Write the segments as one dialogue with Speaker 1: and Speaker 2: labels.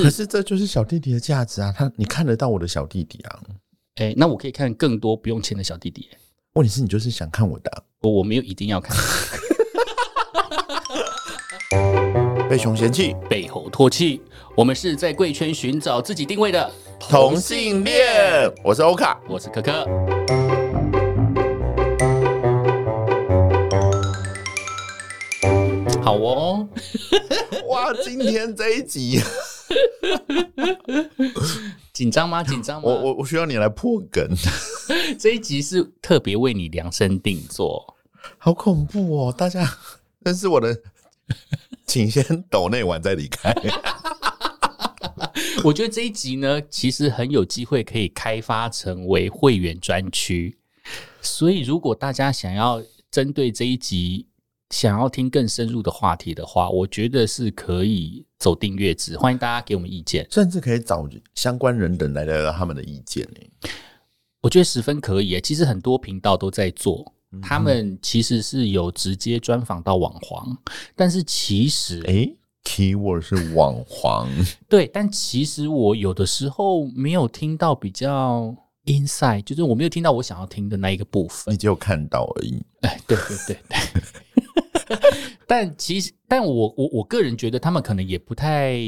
Speaker 1: 可是这就是小弟弟的价值啊！他你看得到我的小弟弟啊！
Speaker 2: 哎、那我可以看更多不用钱的小弟弟、
Speaker 1: 问题是你就是想看我的啊、
Speaker 2: 我我没有一定要看
Speaker 1: 被熊嫌弃，
Speaker 2: 背后唾弃。我们是在贵圈寻找自己定位的
Speaker 1: 同性恋。我是欧卡，
Speaker 2: 我是可可。好哦，
Speaker 1: 哇！今天这一集，
Speaker 2: 紧张吗？紧张吗？
Speaker 1: 我我我需要你来破梗，
Speaker 2: 这一集是特别为你量身定做。
Speaker 1: 好恐怖哦！大家认识我的，请先抖内完再离开。
Speaker 2: 我觉得这一集呢，其实很有机会可以开发成为会员专区。所以，如果大家想要针对这一集想要听更深入的话题的话，我觉得是可以走订阅制。欢迎大家给我们意见，
Speaker 1: 甚至可以找相关人等来聊聊他们的意见欸呢、
Speaker 2: 我觉得十分可以耶。其实很多频道都在做，
Speaker 1: 嗯
Speaker 2: 他们其实是有直接专访到网黄，但是其实
Speaker 1: 诶 k e y w o r d 是网黄，
Speaker 2: 对，但其实我有的时候没有听到比较 inside，就是我没有听到我想要听的那一个部分
Speaker 1: 你。只有看到而已。
Speaker 2: 哎，对对对对。 但其实，但我我我个人觉得，他们可能也不太，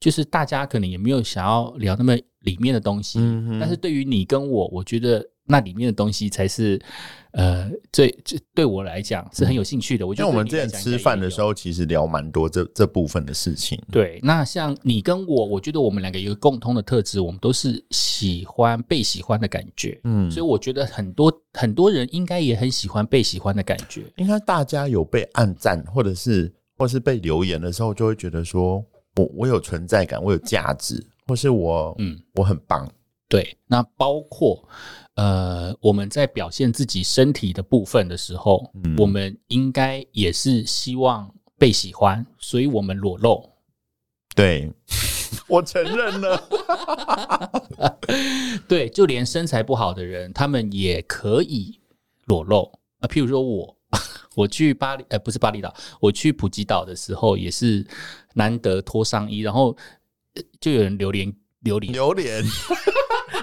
Speaker 2: 就是大家可能也没有想要聊那么里面的东西。
Speaker 1: 嗯哼
Speaker 2: 但是对于你跟我，我觉得那里面的东西才是，呃，最最对我来讲是很有兴趣的。我觉
Speaker 1: 因嗯
Speaker 2: 得
Speaker 1: 为我们之
Speaker 2: 对你
Speaker 1: 前
Speaker 2: 来讲应该
Speaker 1: 吃饭
Speaker 2: 也
Speaker 1: 的
Speaker 2: 有
Speaker 1: 时候，嗯其实聊蛮多这这部分的事情。
Speaker 2: 对，那像你跟我，我觉得我们两个有一个共通的特质，我们都是喜欢被喜欢的感觉，
Speaker 1: 嗯
Speaker 2: 所以我觉得很多很多人应该也很喜欢被喜欢的感觉。
Speaker 1: 应该大家有被暗赞，或者是或是被留言的时候，就会觉得说我我有存在感，我有价值，或是我
Speaker 2: 嗯，
Speaker 1: 我很棒。
Speaker 2: 对。那包括呃，我们在表现自己身体的部分的时候，
Speaker 1: 嗯
Speaker 2: 我们应该也是希望被喜欢，所以我们裸露。
Speaker 1: 对， 我承认了。
Speaker 2: 对，就连身材不好的人，他们也可以裸露啊、呃譬如说我， 我去巴厘呃不是巴厘岛，我去普吉岛的时候也是难得脱上衣，然后呃就有人留言留言
Speaker 1: 榴莲，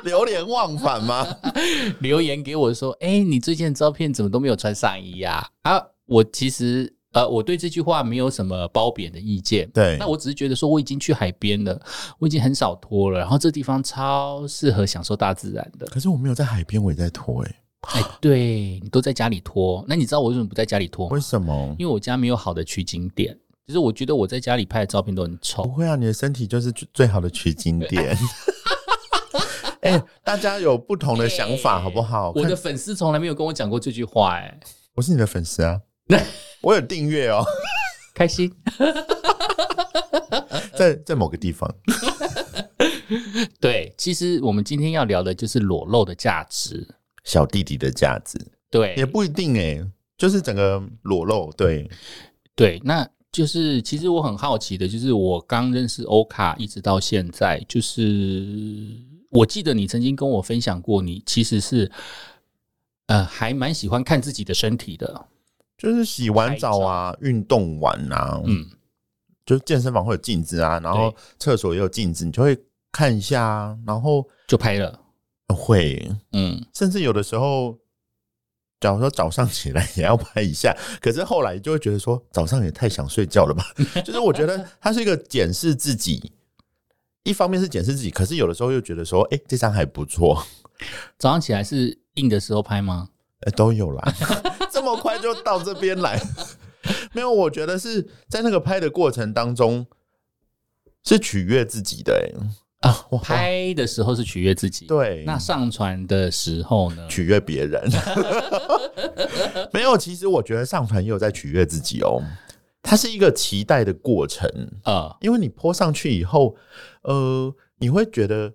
Speaker 1: 榴莲忘返 吗？
Speaker 2: 留言给我说：“哎、你最近的照片怎么都没有穿上衣呀、啊？”我其实呃，我对这句话没有什么褒贬的意见。
Speaker 1: 对
Speaker 2: 那我只是觉得说，我已经去海边了，我已经很少脱了，然后这地方超适合享受大自然的。
Speaker 1: 可是我没有在海边，我也在拖哎、
Speaker 2: 哎，对你都在家里脱，那你知道我为什么不在家里脱吗
Speaker 1: 为？什么？
Speaker 2: 因为我家没有好的取景点，就是我觉得我在家里拍的照片都很
Speaker 1: 不
Speaker 2: 丑。
Speaker 1: 会啊，你的身体就是最最好的取景点。 哎、大家有不同的想法好不好？
Speaker 2: 哎我
Speaker 1: 哦看
Speaker 2: 的粉丝从来没有跟我讲过这句话、哎，
Speaker 1: 我是你的粉丝 啊，我有订阅哦，
Speaker 2: 开心。
Speaker 1: 在在某个地方。
Speaker 2: 对，其实我们今天要聊的就是裸露的价值。
Speaker 1: 小弟弟的价值
Speaker 2: 对，
Speaker 1: 也不一定哎、就是整个裸露，对，
Speaker 2: 嗯对，那就是其实我很好奇的，就是我刚认识欧卡一直到现在，就是我记得你曾经跟我分享过，你其实是呃还蛮喜欢看自己的身体的，
Speaker 1: 就是洗完澡啊，运动完啊，
Speaker 2: 嗯，
Speaker 1: 就是健身房会有镜子啊，然后
Speaker 2: 对
Speaker 1: 厕所也有镜子，你就会看一下啊，然后呃
Speaker 2: 就拍了，
Speaker 1: 会，
Speaker 2: 嗯，
Speaker 1: 甚至有的时候，假如说早上起来也要拍一下，可是后来就会觉得说早上也太想睡觉 了吧，就是我觉得它是一个检视自己。一方面是检视自己，可是有的时候又觉得说，哎、这张还不错，
Speaker 2: 早上起来是硬的时候拍吗？
Speaker 1: 呃，都有啦， 这么快就到这边来， 没有？我觉得是在那个拍的过程当中，是取悦自己的、欸，
Speaker 2: 啊，我拍的时候是取悦自己，，
Speaker 1: 对，
Speaker 2: 那上传的时候呢？
Speaker 1: 取悦别人， 没有。其实我觉得上传也有在取悦自己哦，它是一个期待的过程，
Speaker 2: 呃，
Speaker 1: 因为你泼上去以后，呃，你会觉得，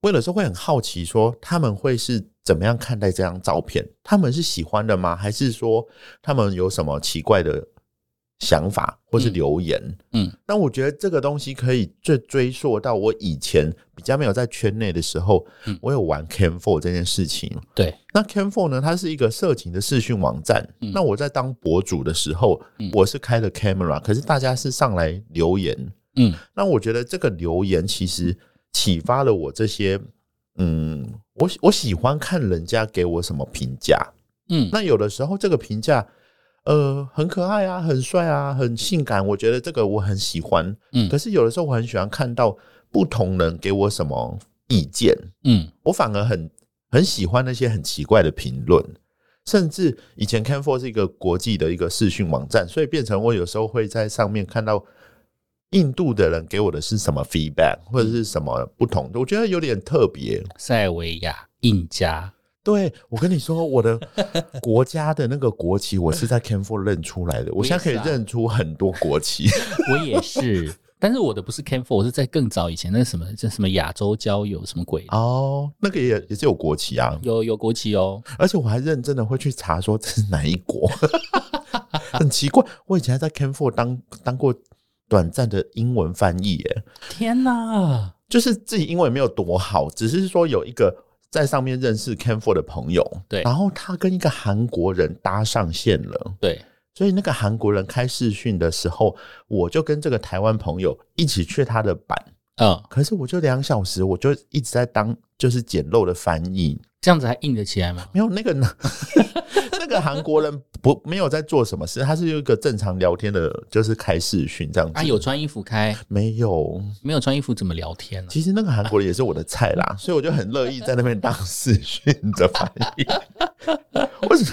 Speaker 1: 我有的时候会很好奇说他们会是怎么样看待这张照片？他们是喜欢的吗？还是说他们有什么奇怪的想法或是
Speaker 2: 嗯
Speaker 1: 留言？
Speaker 2: 嗯
Speaker 1: 那我觉得这个东西可以最追溯到我以前比较没有在圈内的时候，
Speaker 2: 嗯
Speaker 1: 我有玩 Cam Four 这件事情。
Speaker 2: 对，
Speaker 1: 那 Cam Four 呢，它是一个色情的视讯网站。
Speaker 2: 嗯
Speaker 1: 那我在当博主的时候
Speaker 2: 嗯，
Speaker 1: 我是开了 camera，可是大家是上来留言，
Speaker 2: 嗯
Speaker 1: 那我觉得这个留言其实启发了我这些，嗯，我喜我喜欢看人家给我什么评价。
Speaker 2: 嗯，
Speaker 1: 那有的时候这个评价，呃，很可爱啊，很帅啊，很性感，我觉得这个我很喜欢。
Speaker 2: 嗯
Speaker 1: 可是有的时候我很喜欢看到不同人给我什么意见，
Speaker 2: 嗯
Speaker 1: 我反而很很喜欢那些很奇怪的评论，甚至以前 Can For 是一个国际的一个视讯网站，所以变成我有时候会在上面看到印度的人给我的是什么 feedback 或者是什么不同的，我觉得有点特别。
Speaker 2: 塞维亚、印加，
Speaker 1: 对我跟你说，我的国家的那个国旗，我是在 Can For 认出来的，我现在可以
Speaker 2: 我也是啊
Speaker 1: 认出很多国旗。
Speaker 2: 我也是，但是我的不是 Can Four，我是在更早以前那什么，这什么亚洲交友什么鬼的，
Speaker 1: 哦，那个也也是有国旗啊，
Speaker 2: 有有国旗哦，
Speaker 1: 而且我还认真的会去查说这是哪一国， 很奇怪。我以前还在 Can For 当当过短暂的英文翻译，耶，
Speaker 2: 天哪！
Speaker 1: 就是自己英文没有多好，只是说有一个在上面认识 Can For 的朋友，
Speaker 2: 对
Speaker 1: 然后他跟一个韩国人搭上线了。
Speaker 2: 对，
Speaker 1: 所以那个韩国人开视讯的时候，我就跟这个台湾朋友一起去他的版，
Speaker 2: 嗯，
Speaker 1: 可是我就两小时，我就一直在当就是简陋的翻译，
Speaker 2: 这样子还硬得起来吗？
Speaker 1: 没有那个 呢，那个韩国人不没有在做什么事，他是有一个正常聊天的，就是开视讯这样子。
Speaker 2: 啊，有穿衣服开，
Speaker 1: 没有？
Speaker 2: 没有穿衣服怎么聊天呢、
Speaker 1: 其实那个韩国人也是我的菜 啦，所以我就很乐意在那边当视讯的翻译。 我只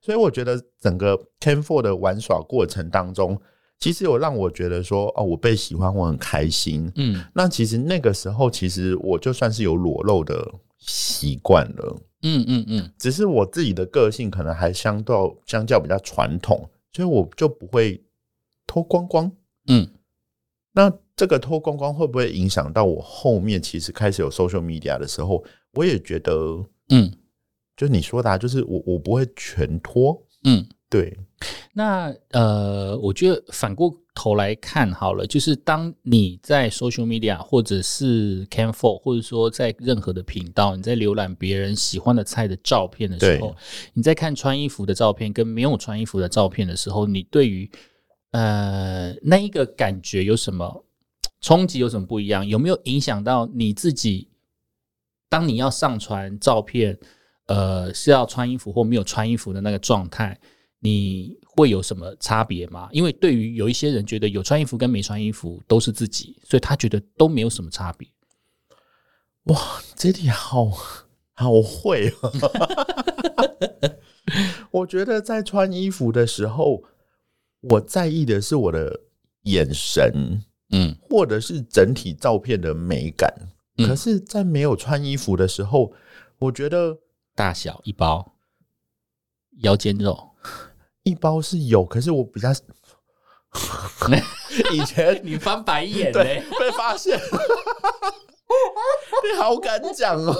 Speaker 1: 所以我觉得整个 Can Four 的玩耍过程当中，其实有让我觉得说，哦，我被喜欢，我很开心。
Speaker 2: 嗯
Speaker 1: 那其实那个时候，其实我就算是有裸露的习惯了。
Speaker 2: 嗯嗯嗯，
Speaker 1: 只是我自己的个性可能还相对相较比较传统，所以我就不会脱光光。
Speaker 2: 嗯，
Speaker 1: 那这个脱光光会不会影响到我后面其实开始有 social media 的时候，我也觉得，
Speaker 2: 嗯
Speaker 1: 就是你说的、啊，就是我我不会全脱，
Speaker 2: 嗯。
Speaker 1: 对，
Speaker 2: 那呃，我觉得反过头来看好了，就是当你在 social media 或者是 Can For，或者说在任何的频道，你在浏览别人喜欢的菜的照片的时候，你在看穿衣服的照片跟没有穿衣服的照片的时候，你对于呃那一个感觉有什么冲击，有什么不一样？有没有影响到你自己？当你要上传照片，呃，是要穿衣服或没有穿衣服的那个状态，你会有什么差别吗？因为对于有一些人觉得有穿衣服跟没穿衣服都是自己，所以他觉得都没有什么差别。
Speaker 1: 这里好好会、哦。 我觉得在穿衣服的时候，我在意的是我的眼神，
Speaker 2: 嗯
Speaker 1: 或者是整体照片的美感。
Speaker 2: 嗯
Speaker 1: 可是，在没有穿衣服的时候，我觉得
Speaker 2: 大小一包，腰间肉，
Speaker 1: 一包是有，可是我比较以前
Speaker 2: 你翻白眼嘞、
Speaker 1: 对被发现， 你好敢讲哦！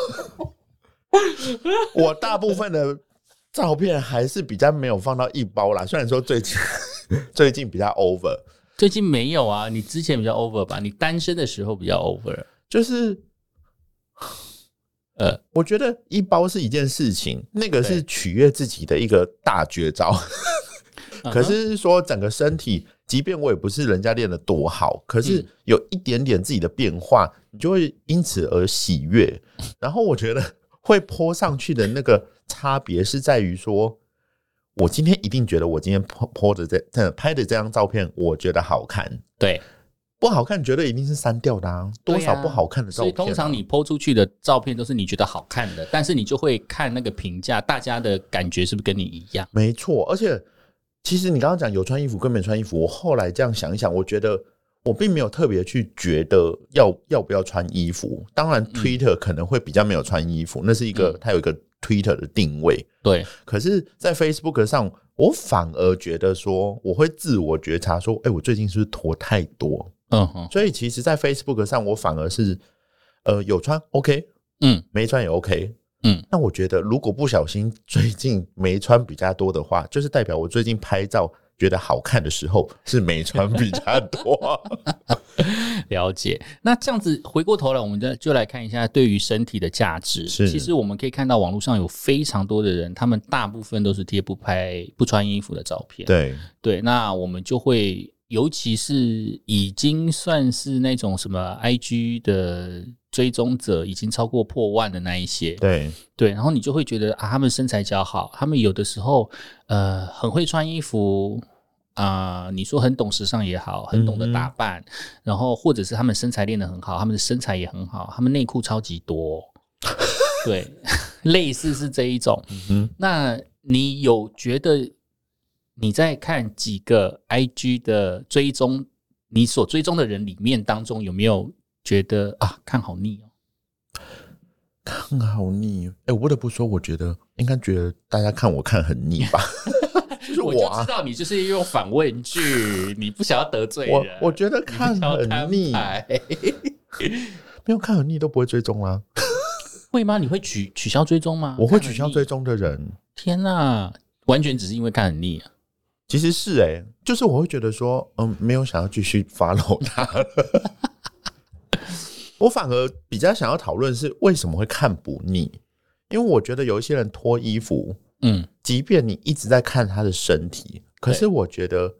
Speaker 1: 我大部分的照片还是比较没有放到一包啦，虽然说最近最近比较 over，
Speaker 2: 最近没有啊，你之前比较 over 吧？你单身的时候比较 over，
Speaker 1: 就是
Speaker 2: 呃，
Speaker 1: 我觉得一包是一件事情，那个是取悦自己的一个大绝招。
Speaker 2: 嗯
Speaker 1: 可是说整个身体，即便我也不是人家练的多好，可是
Speaker 2: 嗯
Speaker 1: 有一点点自己的变化，你就会因此而喜 悦。然后我觉得会泼上去的那个差别是在于说，我今天一定觉得我今天泼泼的这这拍的这张照片，我觉得好看。
Speaker 2: 对，
Speaker 1: 不好看，绝对一定是删掉的啊！多
Speaker 2: 对啊
Speaker 1: 少不好看的照
Speaker 2: 所
Speaker 1: 片
Speaker 2: 以
Speaker 1: 啊、
Speaker 2: 通常你抛出去的照片都是你觉得好看的，但是你就会看那个评价，大家的感觉是不是跟你一样？
Speaker 1: 没错，而且其实你刚刚讲有穿衣服跟没穿衣服，我后来这样想一想，我觉得我并没有特别去觉得要要不要穿衣服。当然，Twitter 可能会比较没有穿衣服，那是一个、它有一个 Twitter 的定位。
Speaker 2: 对，
Speaker 1: 可是，在 Facebook 上，我反而觉得说，我会自我觉察说，哎、我最近是不是脱太多？
Speaker 2: 嗯哼，
Speaker 1: 所以，其实，在 Facebook 上，我反而是呃有穿 OK，
Speaker 2: 嗯
Speaker 1: 没穿也 OK。
Speaker 2: 嗯，
Speaker 1: 那我觉得如果不小心最近没穿比较多的话，就是代表我最近拍照觉得好看的时候是没穿比较 多。
Speaker 2: 了解。那这样子回过头来，我们再就来看一下对于身体的价值。
Speaker 1: 是
Speaker 2: 其实我们可以看到网络上有非常多的人，他们大部分都是贴不拍不穿衣服的照片。
Speaker 1: 对，
Speaker 2: 对，那我们就会尤其是已经算是那种什么 IG 的追踪者已经超过破万的那一些，
Speaker 1: 对，
Speaker 2: 对，然后你就会觉得啊，他们身材较好，他们有的时候呃很会穿衣服啊、你说很懂时尚也好，很懂得打扮，然后或者是他们身材练得很好，他们的身材也很好，他们内裤超级多，对， 类似是这一种。
Speaker 1: 嗯
Speaker 2: 那你有觉得你在看几个 IG 的追踪，你所追踪的人里面当中有没有觉得啊，看好腻哦？
Speaker 1: 哼，好腻。哎、我不得不说，我觉得应该觉得大家看我看很腻 吧。就是
Speaker 2: 我
Speaker 1: 我
Speaker 2: 就知
Speaker 1: 啊，
Speaker 2: 道你就是用反问句，你不想要得罪
Speaker 1: 我
Speaker 2: 人，
Speaker 1: 我觉得看
Speaker 2: 你不想要
Speaker 1: 很腻，
Speaker 2: 摊牌
Speaker 1: 没有看很腻都不会追踪啦、啊
Speaker 2: 会吗？你会取取消追踪吗？
Speaker 1: 我会
Speaker 2: 看很
Speaker 1: 取消
Speaker 2: 腻
Speaker 1: 追。踪的人，
Speaker 2: 天哪、完全只是因为看很腻啊！
Speaker 1: 其实是哎、就是我会觉得说，嗯，没有想要继续 follow 他了 我反而比较想要讨论是为什么会看不腻，因为我觉得有一些人脱衣服，
Speaker 2: 嗯，
Speaker 1: 即便你一直在看他的身体，可是我觉得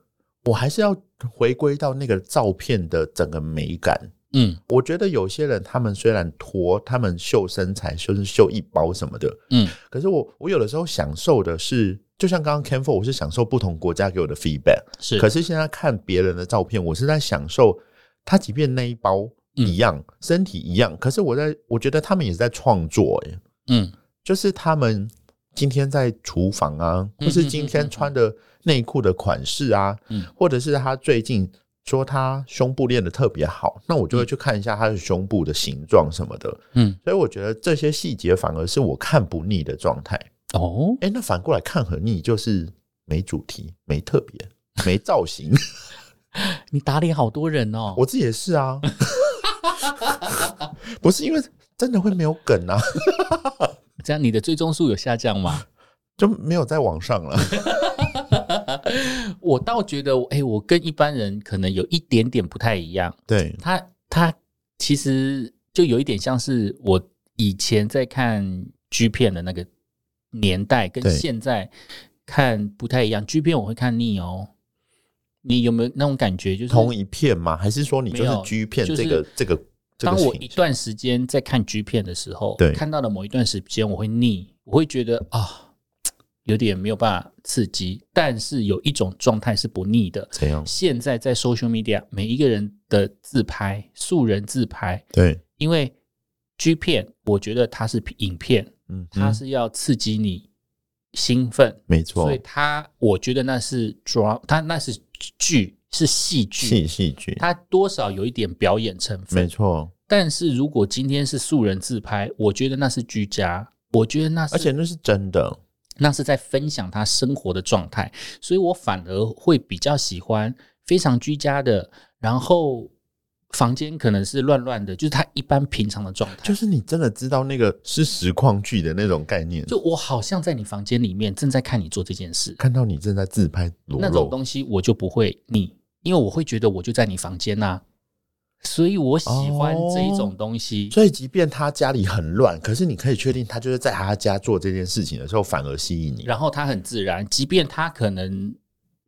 Speaker 1: 我还是要回归到那个照片的整个美感。
Speaker 2: 嗯
Speaker 1: 我觉得有些人他们虽然脱，他们秀身材，就是秀一包什么的，
Speaker 2: 嗯
Speaker 1: 可是我我有的时候享受的是，就像刚刚 Canfor，我是享受不同国家给我的 feedback。
Speaker 2: 是，
Speaker 1: 可是现在看别人的照片，我是在享受他，即便那一包
Speaker 2: 嗯
Speaker 1: 一样，身体一样，可是我在我觉得他们也是在创作、欸，
Speaker 2: 嗯
Speaker 1: 就是他们今天在厨房啊，
Speaker 2: 嗯
Speaker 1: 或是今天穿的内裤的款式啊，
Speaker 2: 嗯
Speaker 1: 或者是他最近说他胸部练得特别好，那我就会去看一下他的胸部的形状什么的。
Speaker 2: 嗯
Speaker 1: 所以我觉得这些细节反而是我看不腻的状态。
Speaker 2: 哦，
Speaker 1: 哎、那反过来看很腻，就是没主题、没特别、没造 型。
Speaker 2: 你打脸好多人哦！
Speaker 1: 我自己也是啊， 不是因为真的会没有梗啊，
Speaker 2: 这样你的追踪数有下降吗？
Speaker 1: 就没有在网上了。
Speaker 2: 我倒觉得，哎、我跟一般人可能有一点点不太一样。
Speaker 1: 对，
Speaker 2: 他他其实就有一点像是我以前在看 G 片的那个年代，跟
Speaker 1: 对
Speaker 2: 现在看不太一样。G 片我会看腻哦，你有没有那种感觉？就是
Speaker 1: 同一片吗？还是说你就
Speaker 2: 没
Speaker 1: 是
Speaker 2: 有
Speaker 1: G 片
Speaker 2: 就是
Speaker 1: 这个这个这个
Speaker 2: 当我一
Speaker 1: 形象？
Speaker 2: 段时间在看 G 片的时候，
Speaker 1: 对
Speaker 2: 看到了某一段时间，我会腻，我会觉得啊，有点没有办法刺激。但是有一种状态是不腻的，
Speaker 1: 怎样？
Speaker 2: 现在在 social media，每一个人的自拍，素人自拍，
Speaker 1: 对，
Speaker 2: 因为 G 片，我觉得它是影片，
Speaker 1: 嗯哼，
Speaker 2: 它是要刺激你兴奋，
Speaker 1: 没错
Speaker 2: 所以，它，我觉得那是 drama，它那是剧，是戏剧，
Speaker 1: 戏戏剧，
Speaker 2: 它多少有一点表演成
Speaker 1: 没
Speaker 2: 分。
Speaker 1: 错。
Speaker 2: 但是如果今天是素人自拍，我觉得那是居家，我觉得那是
Speaker 1: 而且那是真的，
Speaker 2: 那是在分享他生活的状态，所以我反而会比较喜欢非常居家的，然后房间可能是乱乱的，就是他一般平常的状态。
Speaker 1: 就是你真的知道那个是实况剧的那种概念，
Speaker 2: 就我好像在你房间里面正在看你做这件事，
Speaker 1: 看到你正在自拍裸
Speaker 2: 那种
Speaker 1: 露，
Speaker 2: 东西我就不会腻，因为我会觉得我就在你房间呐、所以我喜欢这一种东西。
Speaker 1: 哦所以，即便他家里很乱，可是你可以确定他就是在他家做这件事情的时候，反而吸引你。
Speaker 2: 然后他很自然，即便他可能，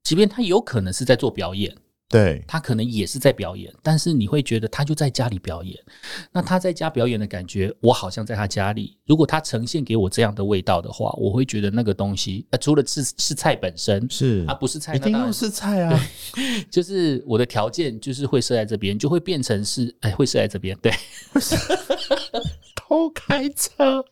Speaker 2: 即便他有可能是在做表演。
Speaker 1: 对，
Speaker 2: 他可能也是在表演，但是你会觉得他就在家里表演。那他在家表演的感觉，我好像在他家里。如果他呈现给我这样的味道的话，我会觉得那个东西，呃，除了是是菜本身，
Speaker 1: 是
Speaker 2: 啊，不是菜，
Speaker 1: 一
Speaker 2: 那
Speaker 1: 定
Speaker 2: 当
Speaker 1: 要
Speaker 2: 然
Speaker 1: 是菜啊，
Speaker 2: 就是我的条件就是会设在这边，就会变成是，哎，会设在这边，对，
Speaker 1: 偷开 车。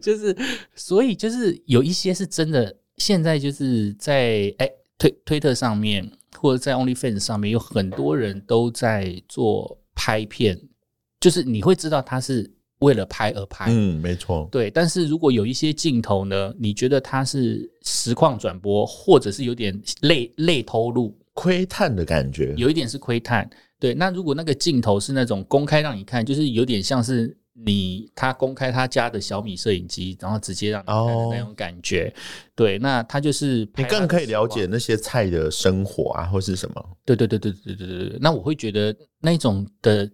Speaker 2: 就是，所以就是有一些是真的，现在就是在哎推推特上面或者在 OnlyFans 上面，有很多人都在做拍片，就是你会知道他是为了拍而拍。
Speaker 1: 嗯，没错，
Speaker 2: 对，但是如果有一些镜头呢，你觉得它是实况转播，或者是有点类类偷录，
Speaker 1: 窥探的感觉。
Speaker 2: 有一点是窥探。对，那如果那个镜头是那种公开让你看，就是有点像是你他公开他家的小米摄影机，然后直接让你看的那种感觉。对，那他就是
Speaker 1: 你
Speaker 2: 拍
Speaker 1: 更
Speaker 2: 他的啊
Speaker 1: 可以了解
Speaker 2: 实况。
Speaker 1: 那些菜的生活啊，或是什么。
Speaker 2: 对对对对对对对对。那我会觉得那种的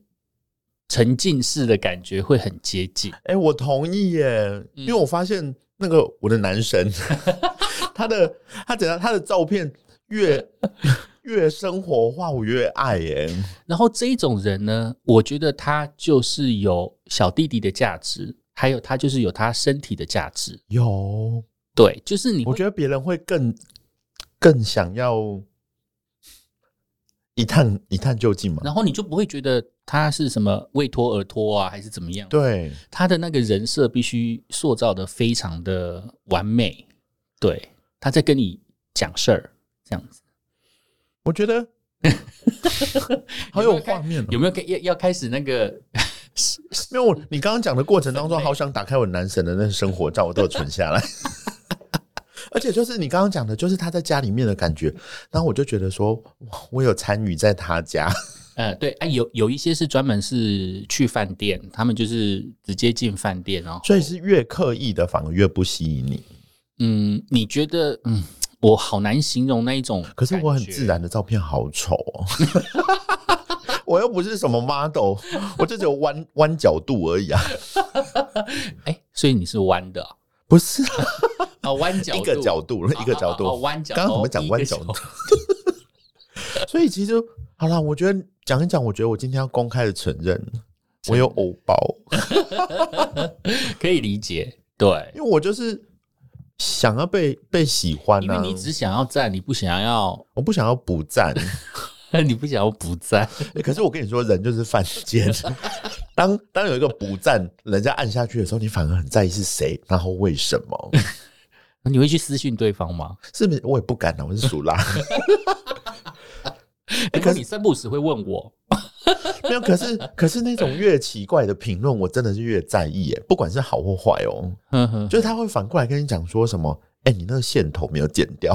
Speaker 2: 沉浸式的感觉会很接近。
Speaker 1: 哎、我同意耶，
Speaker 2: 嗯
Speaker 1: 因为我发现那个 我的男神，他的他怎样，他的照片越越生活化我越爱耶、
Speaker 2: 然后这一种人呢，我觉得他就是有小弟弟的价值，还有他就是有他身体的价值。
Speaker 1: 有，
Speaker 2: 对，就是你
Speaker 1: 我
Speaker 2: 会
Speaker 1: 觉得别人会更更想要一探一探究竟嘛。
Speaker 2: 然后你就不会觉得他是什么为托而托啊，还是怎么样？，
Speaker 1: 对，
Speaker 2: 他的那个人设必须塑造的非常的完美。对，他在跟你讲事儿，这样子
Speaker 1: 我觉 得好
Speaker 2: 有
Speaker 1: 有
Speaker 2: 没有看
Speaker 1: 画面、哦。
Speaker 2: 有没有开要要开始那个？
Speaker 1: 没有，我你刚刚讲的过程当中，好想打开我男神的那个生活照，我都有存下来。 而且就是你刚刚讲的，就是他在家里面的感觉，然后我就觉得说，哇我有参与在他家，
Speaker 2: 呃，对，啊，有有一些是专门是去饭店，他们就是直接进饭店，哦然后
Speaker 1: 所以是越刻意的反而越不吸引你。
Speaker 2: 嗯，你觉得嗯，我好难形容那一种感觉，
Speaker 1: 可是我很自然的照片好丑 哦，我又不是什么 model，我就只有弯弯角度而已啊，
Speaker 2: 哎、所以你是弯的啊
Speaker 1: 不是
Speaker 2: 啊，弯角
Speaker 1: 一个角度，一个角
Speaker 2: 哦
Speaker 1: 度，
Speaker 2: 弯角。
Speaker 1: 刚刚我
Speaker 2: 我
Speaker 1: 们讲弯角度，所以其实好啦，我觉得讲一讲，我觉得我今天要公开的承认，我有偶包，
Speaker 2: 可以理解，对，
Speaker 1: 因为我就是想要被被喜欢
Speaker 2: 因为
Speaker 1: 啊，
Speaker 2: 你只想要站，你不想要，
Speaker 1: 我不想要补赞。
Speaker 2: 你不想要不站，
Speaker 1: 欸可是我跟你说，人就是犯贱。 当当有一个补赞，人家按下去的时候，你反而很在意是谁，然后为什 么？
Speaker 2: 你会去私讯对方吗？
Speaker 1: 是不是？我也不敢啊，我是属拉。
Speaker 2: 哎、可是你三不五时会 问我，
Speaker 1: 没有，可是可是那种越奇怪的评论，我真的是越在意耶，不管是好或坏哦、
Speaker 2: 呵呵，
Speaker 1: 就是他会反过来跟你讲说什么？哎、你那个线头没有剪掉，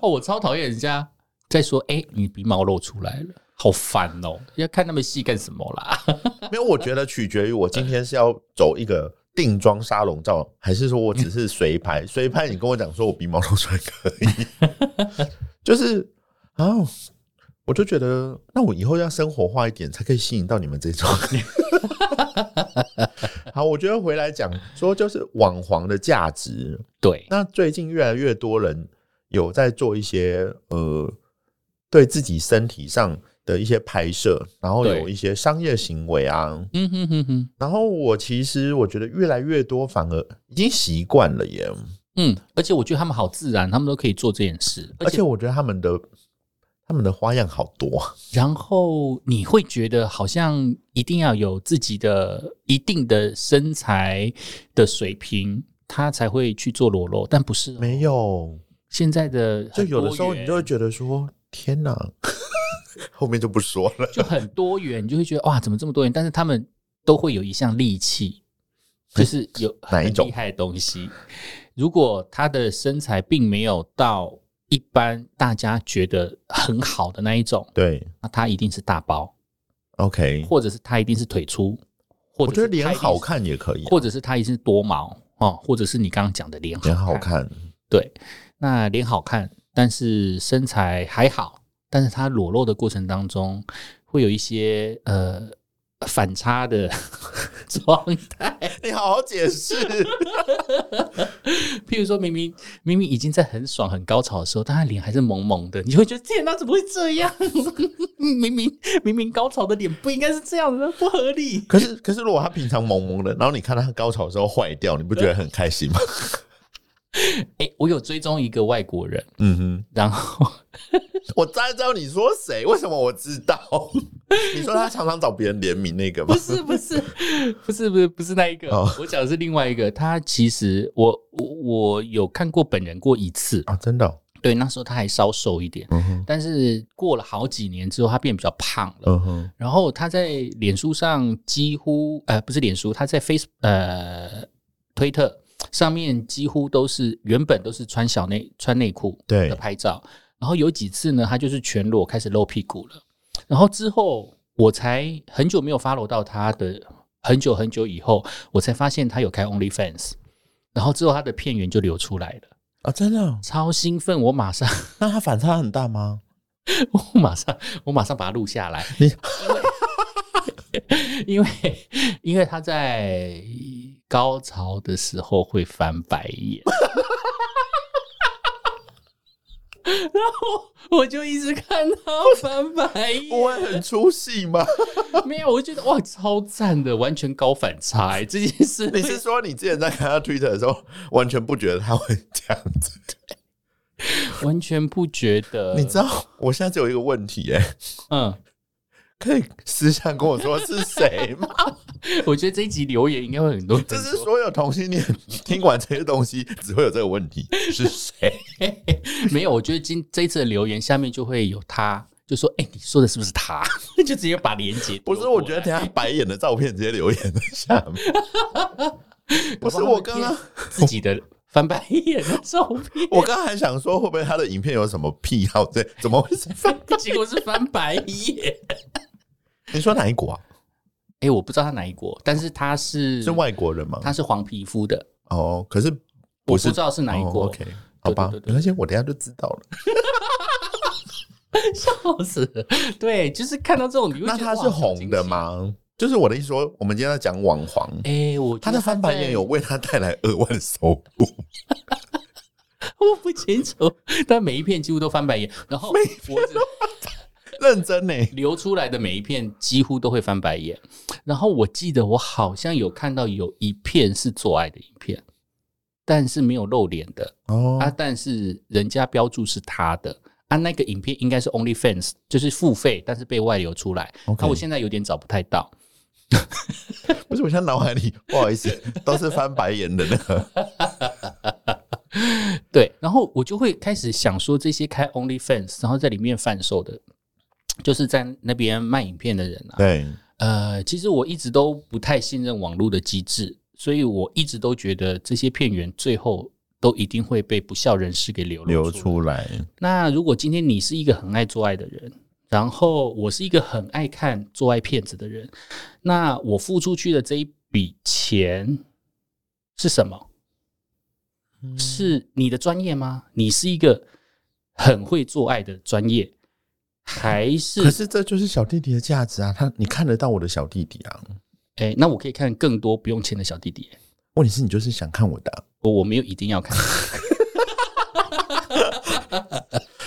Speaker 2: 哦，我超讨厌人家在说，哎、你鼻毛露出来了，好烦哦，要看那么细干什么啦？
Speaker 1: 没有？我觉得取决于我今天是要走一个定妆沙龙照，还是说我只是随拍？随拍你跟我讲说我鼻毛露出来可以， 就是啊，我就觉得那我以后要生活化一点，才可以吸引到你们这种。 好，我觉得回来讲说，就是网黄的价值，
Speaker 2: 对，
Speaker 1: 那最近越来越多人有在做一些呃，对自己身体上的一些拍摄，然后
Speaker 2: 对
Speaker 1: 有一些商业行为啊。
Speaker 2: 嗯哼哼哼，
Speaker 1: 然后我其实我觉得越来越多，反而已经习惯了耶。
Speaker 2: 嗯，而且我觉得他们好自然，他们都可以做这件事，
Speaker 1: 而且我觉得他们的他们的花样好多啊，
Speaker 2: 然后你会觉得好像一定要有自己的一定的身材的水平，他才会去做裸露，但不是哦、
Speaker 1: 没有，
Speaker 2: 现在的
Speaker 1: 就
Speaker 2: 很
Speaker 1: 有的
Speaker 2: 多
Speaker 1: 时候你
Speaker 2: 元
Speaker 1: 就会觉得说，天哪， 后面就不说了。
Speaker 2: 就很多元，你就会觉得哇，怎么这么多元？但是他们都会有一项利器，就是有
Speaker 1: 哪一
Speaker 2: 很
Speaker 1: 种
Speaker 2: 厉害的东西。如果他的身材并没有到一般大家觉得很好的那一种，
Speaker 1: 对
Speaker 2: 那他一定是大包，
Speaker 1: ，OK，
Speaker 2: 或者是他一定是腿粗，或
Speaker 1: 嗯我
Speaker 2: 者
Speaker 1: 觉得
Speaker 2: 是他
Speaker 1: 脸
Speaker 2: 一定
Speaker 1: 好
Speaker 2: 是
Speaker 1: 看也可以啊，
Speaker 2: 或者是他一定是多毛哦，或者是你刚刚讲的脸好
Speaker 1: 脸
Speaker 2: 看
Speaker 1: 好，看，
Speaker 2: 对，那脸好看，但是身材还好，但是他裸露的过程当中会有一些呃反差的 状态，
Speaker 1: 你好好解释。
Speaker 2: 譬如说明明明明已经在很爽很高潮的时候，但他脸还是萌萌的，你会觉得天哪，怎么会这样？ 明明明明高潮的脸不应该是这样的，不合理。
Speaker 1: 可是，可是如果他平常萌萌的，然后你看他高潮的时候坏掉，你不觉得很开心吗？
Speaker 2: 哎、我有追踪一个外国人，
Speaker 1: 嗯哼，
Speaker 2: 然后
Speaker 1: 我大概知道你说谁，为什么我知道？ 你说他常常找别人联名那个吗
Speaker 2: 不？是不是 不是不是不是那一个，
Speaker 1: 哦
Speaker 2: 我讲的是另外一个。他其实我我我有看过本人过一次，
Speaker 1: 啊，真的哦、
Speaker 2: 对，那时候他还稍瘦一点，
Speaker 1: 嗯哼，
Speaker 2: 但是过了好几年之后，他变比较胖了。
Speaker 1: 嗯哼，
Speaker 2: 然后他在脸书上几乎呃不是脸书，他在 Face 呃推特上面几乎都是原本都是穿小内穿内裤
Speaker 1: 对
Speaker 2: 的拍照，然后有几次呢，他就是全裸开始露屁股了。然后之后我才很久没有 follow 到他的，很久很久以后我才发现他有开 OnlyFans，然后之后他的片源就流出来了，
Speaker 1: 啊，真的哦、
Speaker 2: 超兴奋，我马上
Speaker 1: 那他反差很大吗？
Speaker 2: 我马上我马上把它录下来，
Speaker 1: 你
Speaker 2: 因为因为他在高 潮的时候会翻白眼。我就一直看他翻白眼，
Speaker 1: 我会很出戏 吗？
Speaker 2: 没有，我就觉得哇，超赞的，完全高反差、欸、这件事。
Speaker 1: 你是说你之前在看他 Twitter 的时候，完全不觉得他会这样子？
Speaker 2: 完全不觉得，
Speaker 1: 你知道，我现在只有一个问题、哎，
Speaker 2: 嗯，
Speaker 1: 可以私下跟我说是谁 吗？
Speaker 2: 我觉得这一集留言应该会很多人
Speaker 1: 这
Speaker 2: 说，
Speaker 1: 是所有同性恋听完这些东西，只会有这个问题是谁？
Speaker 2: 没有，我觉得今这一次的留言下面就会有他，就说：“哎、你说的是不是他？” 就直接把连接
Speaker 1: 不
Speaker 2: 丢过来。
Speaker 1: 是，我觉得等一下白眼的照片直接留言在下面。 不是我刚刚，
Speaker 2: 自己的翻白眼的照片，
Speaker 1: 我刚刚还想说，会不会他的影片有什么癖好？对，怎么会是？
Speaker 2: 结果是翻白眼。
Speaker 1: 你说哪一国啊？
Speaker 2: 哎、我不知道他哪一国，但是他是
Speaker 1: 是外国人吗？
Speaker 2: 他是黄皮肤的，
Speaker 1: 哦，可是
Speaker 2: 我
Speaker 1: 不
Speaker 2: 不
Speaker 1: 是
Speaker 2: 知道是哪一国。
Speaker 1: 哦？OK，好吧
Speaker 2: 对对，对
Speaker 1: 没关系，我等一下就知道了。
Speaker 2: 笑死了！对，就是看到这种，你会觉
Speaker 1: 那
Speaker 2: 得
Speaker 1: 他是红的？
Speaker 2: 哇好惊
Speaker 1: 吗？就是我的意思说，我们今天在讲网黄，
Speaker 2: 喜哎、我觉
Speaker 1: 他
Speaker 2: 得
Speaker 1: 的翻白眼有
Speaker 2: 在，
Speaker 1: 为他带来额外的收获。
Speaker 2: 我不清楚， 但每一片几乎都翻白眼，然后我只
Speaker 1: 认真呢，
Speaker 2: 流出来的每一片几乎都会翻白眼。然后我记得我好像有看到有一片是做爱的影片，但是没有露脸的
Speaker 1: 哦
Speaker 2: 啊，但是人家标注是他的。啊，那个影片应该是 OnlyFans，就是付费，但是被外流出来。那、
Speaker 1: OK
Speaker 2: 啊我现在有点找不太到，
Speaker 1: 不是，我现在脑海里不好意 思，都是翻白眼的那
Speaker 2: 啊
Speaker 1: 个。
Speaker 2: 对。然后我就会开始想说，这些开 OnlyFans，然后在里面贩售的，就是在那边卖影片的人啊，
Speaker 1: 对，
Speaker 2: 呃，其实我一直都不太信任网络的机制，所以我一直都觉得这些片源最后都一定会被不孝人士给流露
Speaker 1: 流
Speaker 2: 出来。
Speaker 1: 出来，
Speaker 2: 那如果今天你是一个很爱做爱的人，然后我是一个很爱看做爱片子的人，那我付出去的这一笔钱是什么？是你的专业吗？你是一个很会做爱的专业，还是
Speaker 1: 可是这就是小弟弟的价值啊！他你看得到我的小弟弟啊？
Speaker 2: 哎、那我可以看更多不用钱的小弟弟、
Speaker 1: 问题是你就是想看我的啊、
Speaker 2: 我我没有一 定要看，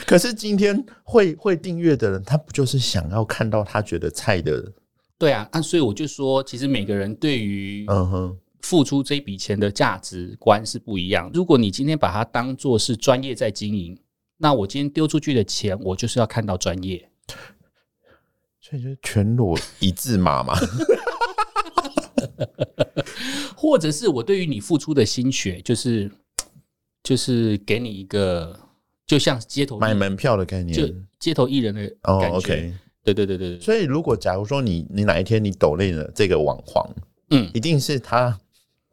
Speaker 1: 可是今天会会订阅的人，他不就是想要看到他觉得菜的？
Speaker 2: 对啊，啊，所以我就说，其实每个人对于
Speaker 1: 嗯哼，
Speaker 2: 付出这笔钱的价值观是不一样。如果你今天把它当做是专业在经营，那我今天丢出去的钱，我就是要看到专业。
Speaker 1: 所以就是全裸一字马 嘛。
Speaker 2: 或者是我对于你付出的心血，就是就是给你一个，就像街头艺
Speaker 1: 买门票的概
Speaker 2: 就
Speaker 1: 念。
Speaker 2: 街头艺人的
Speaker 1: 哦
Speaker 2: 感觉。
Speaker 1: ，OK。
Speaker 2: 对对对对对，
Speaker 1: 所以如果假如说你你哪一天你抖累了这个网黄，
Speaker 2: 嗯
Speaker 1: 一定是他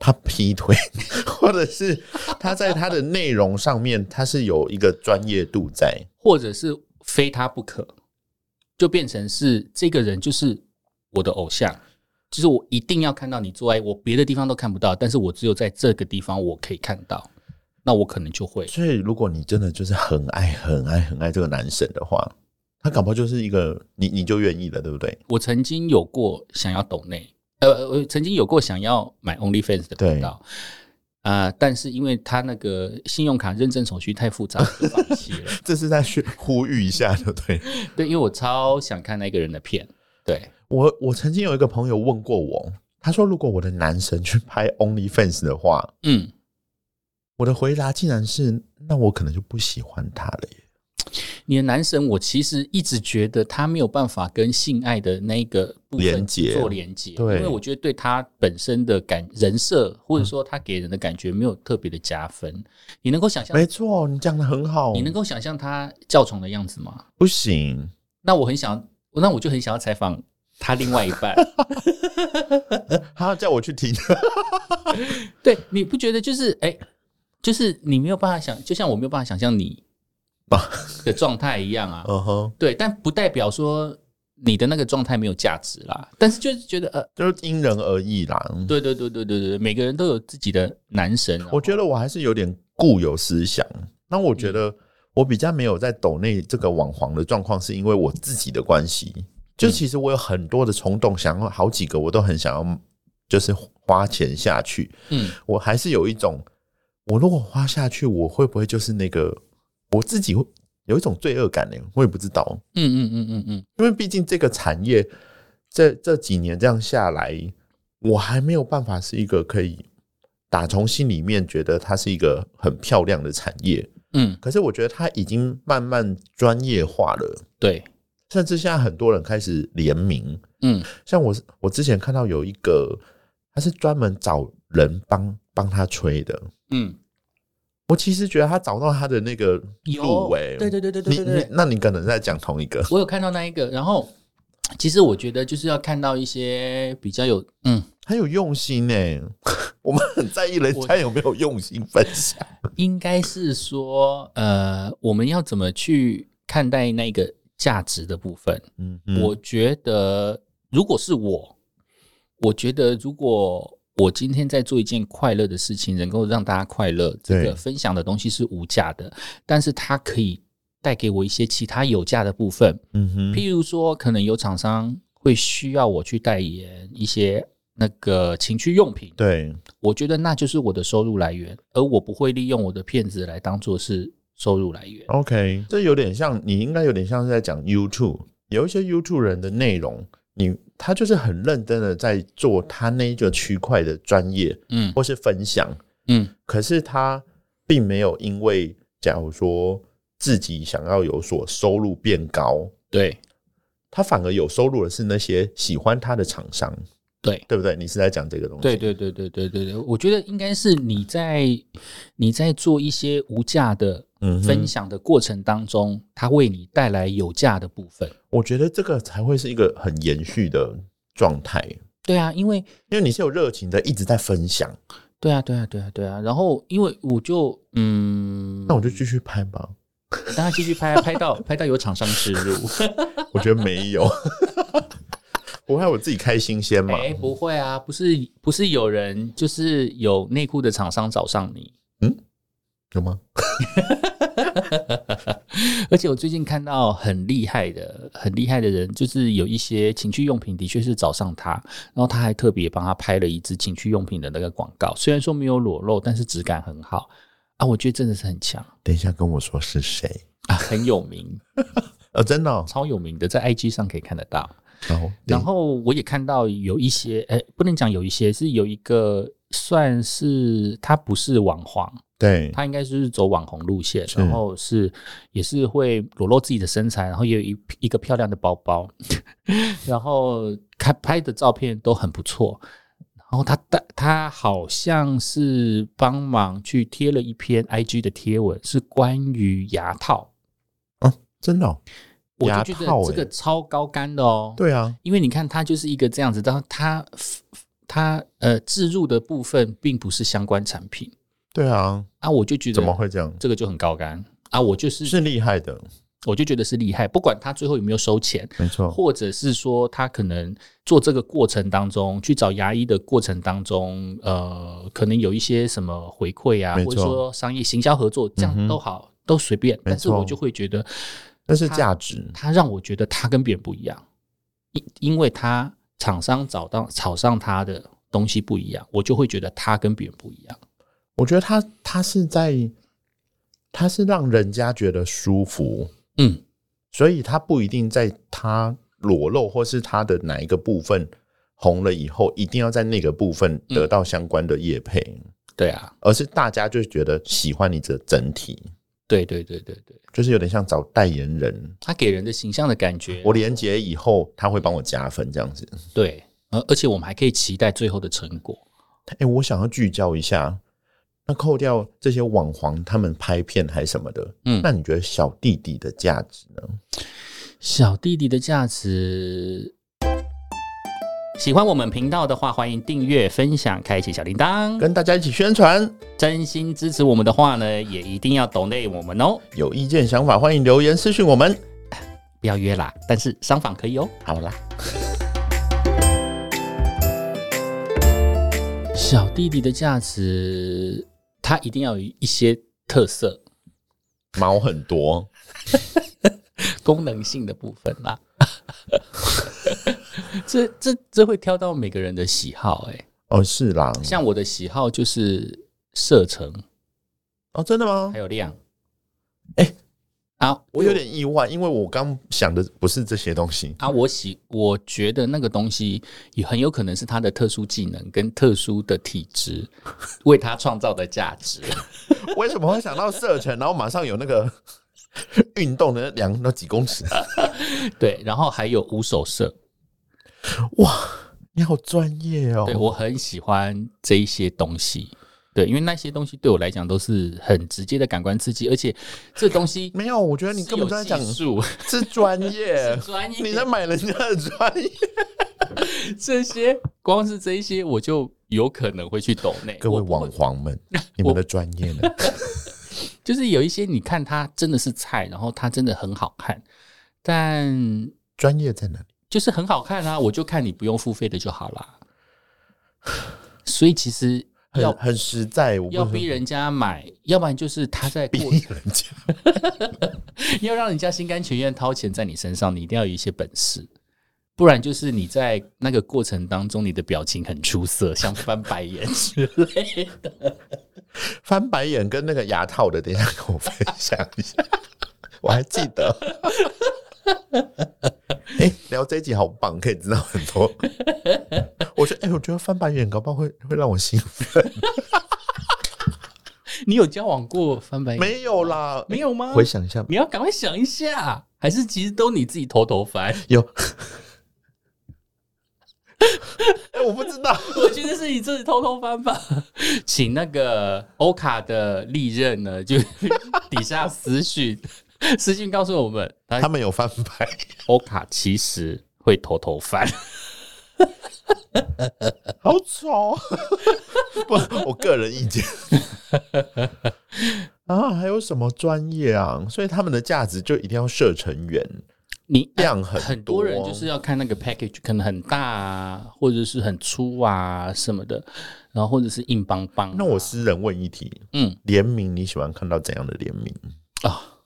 Speaker 1: 他劈腿， 或者是他在他的内容上面他是有一个专业度在。
Speaker 2: 或者是非他不可，就变成是这个人就是我的偶像，就是我一定要看到你做爱，我别的地方都看不到，但是我只有在这个地方我可以看到，那我可能就会
Speaker 1: 所以如果你真的就是很爱很爱很爱这个男神的话，他搞不好就是一个你你就愿意了，对不对？
Speaker 2: 我曾经有过想要抖内，呃，我曾经有过想要买 OnlyFans 的频道，啊，但是因为他那个信用卡认证手续太复杂，我就放弃了。
Speaker 1: 这是在去呼吁一下，对不对？
Speaker 2: 对，因为我超想看那个人的片，对，
Speaker 1: 我我曾经有一个朋友问过我，他说如果我的男神去拍 OnlyFans 的话，
Speaker 2: 嗯，
Speaker 1: 我的回答竟然是那我可能就不喜欢他了耶。
Speaker 2: 你的男神，我其实一直觉得他没有办法跟性爱的那个部分
Speaker 1: 连结
Speaker 2: 做连接，
Speaker 1: 对
Speaker 2: 因为我觉得对他本身的感人设，或者说他给人的感觉没有特别的加分。你能够想象，
Speaker 1: 没错，你讲的很好。
Speaker 2: 啊你能够想象他叫床的样子吗？
Speaker 1: 不行，
Speaker 2: 那我很想，那我就很想要采访他另外一 半。
Speaker 1: 他要叫我去听。
Speaker 2: 对，你不觉得就是哎、就是你没有办法想，就像我没有办法想象你的状态一样啊。
Speaker 1: 嗯哼，
Speaker 2: 对，但不代表说你的那个状态没有价值啦。但是就是觉得呃。
Speaker 1: 就是因人而异啦。
Speaker 2: 对对对对对对，每个人都有自己的男神啊。
Speaker 1: 我觉得我还是有点固有思想。那我
Speaker 2: 嗯
Speaker 1: 觉得我比较没有在抖内这个网黄的状况，是因为我自己的关系。就
Speaker 2: 嗯
Speaker 1: 其实我有很多的冲动，想要好几个，我都很想要，就是花钱下去。
Speaker 2: 嗯，
Speaker 1: 我还是有一种，我如果花下去，我会不会就是那个我自己会有一种罪恶感呢、我也不知道，
Speaker 2: 嗯嗯嗯嗯嗯，
Speaker 1: 因为毕竟这个产业这这几年这样下来，我还没有办法是一个可以打从心里面觉得它是一个很漂亮的产业。
Speaker 2: 嗯，
Speaker 1: 可是我觉得它已经慢慢专业化了，
Speaker 2: 对，
Speaker 1: 甚至现在很多人开始联名，
Speaker 2: 嗯
Speaker 1: 像我我之前看到有一个，他是专门找人帮帮他吹的。
Speaker 2: 嗯，
Speaker 1: 我其实觉得他找到他的那个
Speaker 2: 有
Speaker 1: 路欸
Speaker 2: 对对对对对
Speaker 1: 你
Speaker 2: 对
Speaker 1: 你
Speaker 2: 对，
Speaker 1: 那你可能在讲同一个，
Speaker 2: 我有看到那一个，然后其实我觉得就是要看到一些比较有，嗯，
Speaker 1: 很有用心呢、我们很在意人家有没有用心分 享。
Speaker 2: 应该是说，呃，我们要怎么去看待那个价值的部分？
Speaker 1: 嗯，嗯
Speaker 2: 我觉得，如果是我，我觉得如果我今天在做一件快乐的事情，能够让大家快乐，这
Speaker 1: 对
Speaker 2: 个分享的东西是无价的，但是它可以带给我一些其他有价的部分，
Speaker 1: 嗯哼，
Speaker 2: 譬如说，可能有厂商会需要我去代言一些那个情趣用品，
Speaker 1: 对，
Speaker 2: 我觉得那就是我的收入来源，而我不会利用我的骗子来当做是收入来
Speaker 1: 哦
Speaker 2: 源。
Speaker 1: OK，这有点像，你应该有点像是在讲 YouTube，有一些 YouTube 人的内容，你他就是很认真的在做他那一个区块的专业
Speaker 2: 嗯
Speaker 1: 或是分享，
Speaker 2: 嗯
Speaker 1: 可是他并没有因为假如说自己想要有所收入变高，
Speaker 2: 对
Speaker 1: 他反而有收入的是那些喜欢他的厂商，
Speaker 2: 对
Speaker 1: 对不对？你是在讲这个东西？
Speaker 2: 对对对对对对对，我觉得应该是你在你在做一些无价的
Speaker 1: 嗯哼
Speaker 2: 分享的过程当中，它为你带来有价的部分。
Speaker 1: 我觉得这个才会是一个很延续的状态，
Speaker 2: 对啊，因为
Speaker 1: 因为你是有热情的，一直在分享，
Speaker 2: 对啊对啊对啊对啊，然后因为我就嗯，
Speaker 1: 那我就继续拍吧。
Speaker 2: 让他继续拍，拍到拍到有厂商植入。
Speaker 1: 我觉得没有， 我还我自己开心先嘛。
Speaker 2: 哎、不会啊，不是不是有人就是有内裤的厂商找上你，
Speaker 1: 有吗？
Speaker 2: 而且我最近看到很厉害的、很厉害的人，就是有一些情趣用品的确是找上他，然后他还特别帮他拍了一支情趣用品的那个广告，虽然说没有裸露，但是质感很好啊，我觉得真的是很强
Speaker 1: 等一下跟我说是谁？
Speaker 2: 啊，很有名，
Speaker 1: 呃、真的、哦。
Speaker 2: 超有名的，在 IG 上可以看得到。
Speaker 1: 然后，
Speaker 2: 然后我也看到有一些，哎、不能讲有一些，是有一个算是他不是网黄，
Speaker 1: 对，
Speaker 2: 他应该是走网红路线，
Speaker 1: 是
Speaker 2: 然后是也是会裸露自己的身材，然后也有一一个漂亮的包包， 然后他拍的照片都很不错。然后他他他好像是帮忙去贴了一篇 IG 的贴文，是关于牙套，
Speaker 1: 真的、哦。
Speaker 2: 我
Speaker 1: 牙
Speaker 2: 就觉
Speaker 1: 套
Speaker 2: 得这
Speaker 1: 欸
Speaker 2: 个超高干的哦。
Speaker 1: 对啊，
Speaker 2: 因为你看，它就是一个这样子，然后它它呃置入的部分并不是相关产品
Speaker 1: 对啊，
Speaker 2: 啊，我就觉得
Speaker 1: 怎么会这样？
Speaker 2: 这个就很高干啊，我就是
Speaker 1: 是厉害的，
Speaker 2: 我就觉得是厉害，不管他最后有没有收钱，
Speaker 1: 没错。
Speaker 2: 或者是说他可能做这个过程当中去找牙医的过程当中，呃，可能有一些什么回馈啊，
Speaker 1: 没错
Speaker 2: 或者说商业行销合作，这
Speaker 1: 嗯哼
Speaker 2: 样都好，都随便。
Speaker 1: 没错
Speaker 2: 但是我就会觉得
Speaker 1: 那是价值，
Speaker 2: 他让我觉得他跟别人不一样，因因为他厂商找到炒上他的东西不一样，我就会觉得他跟别人不一样。
Speaker 1: 我觉得他他是在，他是让人家觉得舒服，
Speaker 2: 嗯，
Speaker 1: 所以他不一定在他裸露或是他的哪一个部分红了以后，一定要在那个部分
Speaker 2: 嗯
Speaker 1: 得到相关的业配，
Speaker 2: 对啊，
Speaker 1: 而是大家就觉得喜欢你的整体，
Speaker 2: 对对对对对，
Speaker 1: 就是有点像找代言人。
Speaker 2: 他给人的形象的感觉，
Speaker 1: 我连接以后，他会帮我加分这样子。
Speaker 2: 对，而而且我们还可以期待最后的成果。
Speaker 1: 哎、我想要聚焦一下，那扣掉这些网黄他们拍片还什么的，
Speaker 2: 嗯
Speaker 1: 那你觉得小弟弟的价值呢？
Speaker 2: 小弟弟的价值。喜欢我们频道的话，欢迎订阅、分享、开启小铃铛。
Speaker 1: 跟大家一起宣传，
Speaker 2: 真心支持我们的话呢，也一定要懂内我们哦，
Speaker 1: 有意见想法欢迎留言私讯我们。
Speaker 2: 不要约啦，但是商访可以哦。
Speaker 1: 好啦，
Speaker 2: 小弟弟的价值，它一定要有一些特色、
Speaker 1: 毛很多，
Speaker 2: 功能性的部分啦。 这这这会挑到每个人的喜好哎、
Speaker 1: 哦，是啦，
Speaker 2: 像我的喜好就是射程
Speaker 1: 哦，真的吗
Speaker 2: 还？有量，啊，
Speaker 1: 我有点意外，因为我刚想的不是这些东西。
Speaker 2: 啊，我喜我觉得那个东西也很有可能是他的特殊技能跟特殊的体质为他创造的价值。
Speaker 1: 为什么会想到射程？然后马上有那个 运动的量那几公 尺？
Speaker 2: 对，然后还有五手社，
Speaker 1: 你好专业哦
Speaker 2: 对！我很喜欢这一些东西。对，因为那些东西对我来讲都是很直接的感官刺激，而且这东西
Speaker 1: 没有，我觉得你根本就在讲
Speaker 2: 是有技 术
Speaker 1: 是专 业，
Speaker 2: 专业，
Speaker 1: 你在买人家的专业。
Speaker 2: 这些光是这一些我就有可能会去抖内。
Speaker 1: 各位
Speaker 2: 我不会
Speaker 1: 网黄们，你们的专业 呢？
Speaker 2: 就是有一些你看它真的是菜，然后它真的很好看，但
Speaker 1: 专业在哪里？
Speaker 2: 就是很好看啊，我就看你不用付费的就好啦。所以其实
Speaker 1: 很
Speaker 2: 要
Speaker 1: 很实在，我不
Speaker 2: 要逼人家买，要不然就是他在
Speaker 1: 逼
Speaker 2: 过，
Speaker 1: 人家。
Speaker 2: 要让人家心甘情愿掏钱在你身上，你一定要有一些本事。不然就是你在那个过程当中，你的表情很 出色，像翻白眼 之类的。
Speaker 1: 翻白眼跟那个牙套的，等一下跟我分享一 下，我还记 得。哎、聊这一集好棒，可以知道很多。我觉得，哎、我觉得翻白眼搞不好会会让我兴奋。
Speaker 2: 你有交往过翻白眼？
Speaker 1: 没有啦，
Speaker 2: 没有吗？
Speaker 1: 回想一下，
Speaker 2: 你要赶快想一下，还是其实都你自己偷偷翻？
Speaker 1: 有。哎、我不知道，
Speaker 2: 我觉得是你自己偷偷翻吧， 请那个欧卡的利刃呢，就底下私讯， 私讯告诉我们，他
Speaker 1: 他们有翻白眼，
Speaker 2: 欧卡其实会偷偷翻。
Speaker 1: 好丑。 不，我个人意 见。啊，还有什么专业啊？所以他们的价值就一定要射程远。
Speaker 2: 你
Speaker 1: 量很
Speaker 2: 哎很
Speaker 1: 多
Speaker 2: 多人就是要看那个 package，可能很大啊，或者是很粗啊什么的，然后或者是硬邦邦啊、
Speaker 1: 那我私人问一题，
Speaker 2: 嗯
Speaker 1: 联名你喜欢看到怎样的联名？
Speaker 2: 啊。